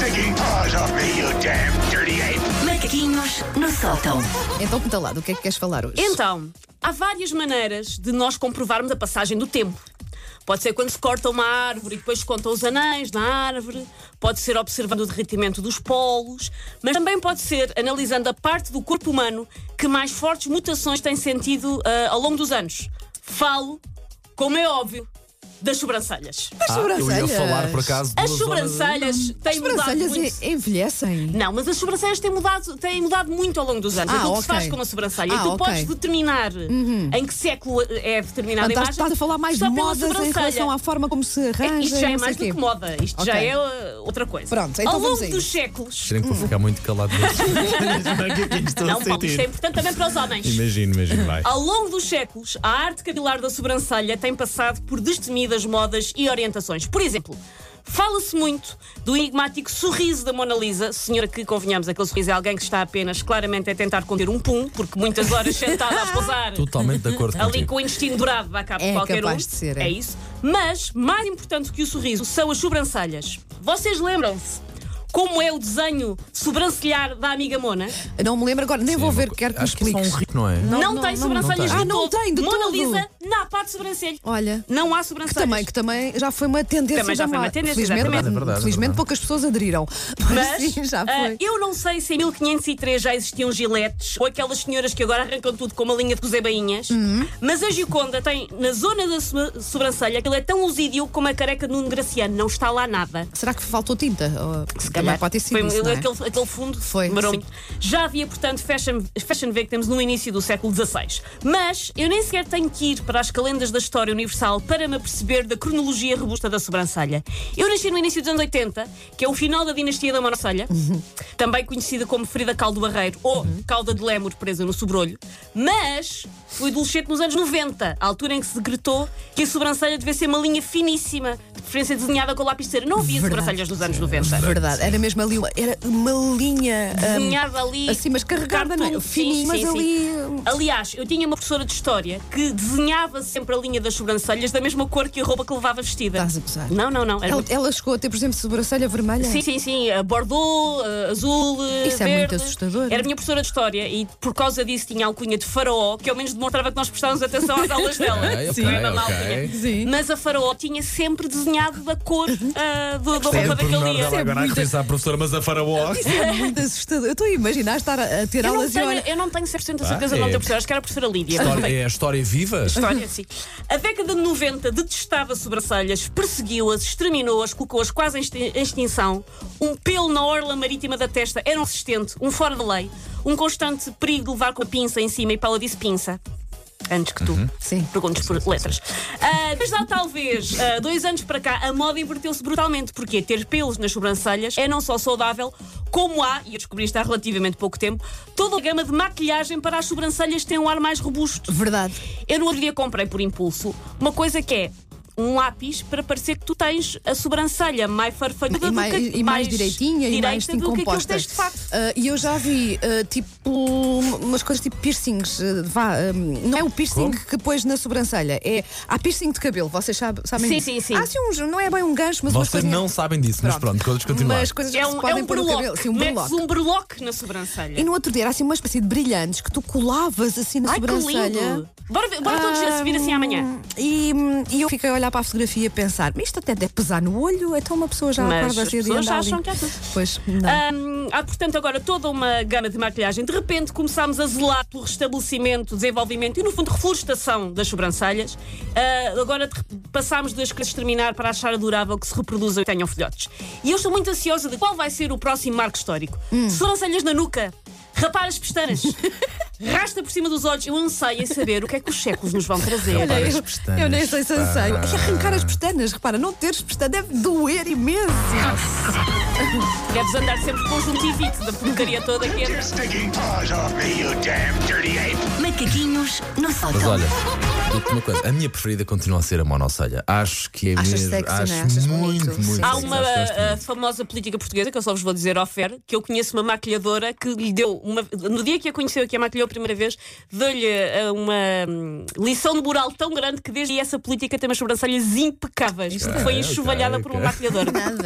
taking paws off me, you damn dirty ape! Macaquinhos no sótão. Então, conta lá, do que é que queres falar hoje? Então, há várias maneiras de nós comprovarmos a passagem do tempo. Pode ser quando se corta uma árvore e depois conta os anéis na árvore, pode ser observando o derretimento dos polos, mas também pode ser analisando a parte do corpo humano que mais fortes mutações tem sentido ah, ao longo dos anos. Falo, como é óbvio, das sobrancelhas. As Ah, eu ia sobrancelhas. falar por acaso As duas horas. sobrancelhas As têm mudado sobrancelhas é- muito. en- envelhecem. Não, mas as sobrancelhas têm mudado, têm mudado muito ao longo dos anos. É Ah, Aquilo que se ok. faz com uma sobrancelha. Ah, e tu ok. podes determinar em que século é determinada imagem. Portanto, estás, estás a falar mais de só pela modas em sobrancelha. relação à forma como se É, arranja. Isto já é e não sei mais do quê. que moda. Isto Ok. já é uh, outra coisa. Pronto, então ao vamos longo a dos isso. séculos. Serem que vou ficar muito calado nisso. é estou Não, Paulo, isto é importante também para os homens. Imagino, imagino, vai. Ao longo dos séculos, a arte capilar da sobrancelha tem passado por destemidas modas e orientações. Por exemplo, fala-se muito do enigmático sorriso da Mona Lisa, senhora que, convenhamos, aquele sorriso é alguém que está apenas claramente a tentar conter um pum, porque muitas horas sentada a posar. Totalmente de acordo Ali contigo. com o intestino dourado dá cabo É de qualquer capaz um. de ser, é. É isso. Mas, mais importante que o sorriso, são as sobrancelhas. Vocês lembram-se como é o desenho sobrancelhar da amiga Mona? Não me lembro agora, nem vou ver, quero que me Acho que é só um expliques. rico, não é? Não, não, tem não, sobrancelhas não tem. de Ah, não todo. tem de Mona todo. Lisa, não há parte de sobrancelha. Olha. Não há Que sobrancelhas. também, que é? também já foi uma tendência. Também já da foi uma moda. tendência, Felizmente, exatamente. É verdade, é felizmente verdade. poucas pessoas aderiram. Mas, Mas sim, já ah, foi. eu não sei se em 1503 já existiam giletes ou aquelas senhoras que agora arrancam tudo com uma linha de cozer bainhas, Uhum. mas a Gioconda tem na zona da so- sobrancelha aquilo é tão usídio como a careca de Nuno Graciano, não está lá nada. Será que faltou tinta? Ou- Se Também calhar. pode ter sido Foi, isso, não é? aquele, aquele fundo Foi, demorou sim. muito. Já havia, portanto, fashion, fashion victims no início do século XVI. Mas eu nem sequer tenho que ir para as calendas da história universal para me aperceber da cronologia robusta da sobrancelha. Eu nasci no início dos anos 80, que é o final da dinastia da Monocelha, Uhum. também conhecida como Frida Caldo Barreiro ou Cauda de Lemur presa no sobrolho, mas fui adolescente nos anos 90, a altura em que se decretou que a sobrancelha devia ser uma linha finíssima, de preferência desenhada com lápis de cera. Não havia Verdade. sobrancelhas nos anos 90 É Verdade, era mesmo ali uma, era uma linha. ah, desenhada ali. assim, mas carregada, não é? cartoon, Fininho, sim, mas sim, ali, sim. hum. Aliás, eu tinha uma professora de história que desenhava sempre a linha das sobrancelhas da mesma cor que a roupa que levava vestida. Estás a gozar. Não, não, não. Era eh, ela, muito- ela chegou a ter, por exemplo, sobrancelha vermelha? Sim, sim, sim, eh, bordeaux, eh, azul, eh, Isso é verde. muito assustador. Era a minha professora de história e por causa disso tinha a alcunha de faraó, que ao menos demonstrava que nós prestávamos atenção às aulas dela. Ok, ok, Não era uma ok. alcunha. Sim. Mas a faraó tinha sempre desenhado da cor eh, do- da Tem roupa o um pormenor daquele dela dia. é agora a referência à professora, mas a faraó. é Muito assustador. Eu estou a imaginar estar a, a ter Eu não, aulas e tenho, olha. eu não tenho 100% de certeza Ah, de não é. ter professora, acho que era a professora Lídia. mas não tenho. História- É a história viva? história, sim. A década de 90 detestava sobrancelhas, perseguiu-as, exterminou-as, colocou-as quase em extin- em extinção. Um pelo na orla marítima da testa era um resistente, um fora de lei, um constante perigo de levar com a pinça em cima e Paula disse pinça. Antes que tu Sim. perguntes por letras. Ah, mas lá, talvez, ah, dois anos para cá, a moda inverteu-se brutalmente, porque ter pelos nas sobrancelhas é não só saudável, como há, e eu descobri isto há relativamente pouco tempo, toda a gama de maquilhagem para as sobrancelhas que tem um ar mais robusto. Verdade. Eu no outro dia comprei por impulso uma coisa que é um lápis para parecer que tu tens a sobrancelha mais farfalhuda E do mais, que- e mais direitinha e direita mais do que aquilo que composta. tens de facto. e eu já vi ah, tipo umas coisas tipo piercings. ah, vá, ah, não é o piercing Como? que pões na sobrancelha, é há piercing de cabelo, vocês sabem? sabem Sim, disso? sim, sim. Há assim uns, não é bem um gancho, mas umas Vocês coisas. não sabem disso, mas pronto, todos continuar. Mas coisas É que se um, é podem um pôr no cabelo. burloque. Sim, um Metes burloque. um burloque na E sobrancelha. no outro dia era assim uma espécie de brilhantes que tu colavas assim na Ai, que sobrancelha. lindo! Bora, ver- bora todos a subir assim amanhã. E, e eu fiquei a olhar para a fotografia e pensar, mas isto até deve pesar no olho, então uma pessoa já Mas acorda as cedo e pessoas anda acham ali. que é tudo. Pois, não. Hum, há, portanto, agora toda uma gama de maquilhagem. De repente começámos a zelar pelo restabelecimento, desenvolvimento e, no fundo, reflorestação das sobrancelhas. Ah, agora de rep- passámos das que exterminar para achar adorável que se reproduzam e tenham filhotes. E eu estou muito ansiosa de qual vai ser o próximo marco histórico. Sobrancelhas na nuca, rapar as pestanas, rasta por cima dos olhos. Eu anseio em saber o que é que os séculos nos vão trazer. Rapar as eu, pestanas, eu nem sei se pá. anseio. É arrancar as pestanas, repara, não teres pestanas deve doer imenso. Deves andar sempre com o conjuntivite da porcaria toda que é. Your sticking paws off me, you damn dirty ape! Macaquinhos no Mas sótão. olha, digo-te uma coisa, a minha preferida continua a ser a monocelha. Acho que é Achas mesmo. sexy, não é? acho Achas muito, bonito? muito, Sim. Há sexy, uma acho que gosto ah, famosa política portuguesa, que eu só vos vou dizer ao Fer, que eu conheço uma maquilhadora que lhe deu, uma, no dia que a conheceu, que a maquilhou a primeira vez, deu-lhe ah, uma hum, lição de moral tão grande que desde aí essa política tem umas sobrancelhas impecáveis, porque foi ok, enxovalhada por uma ok. maquilhadora.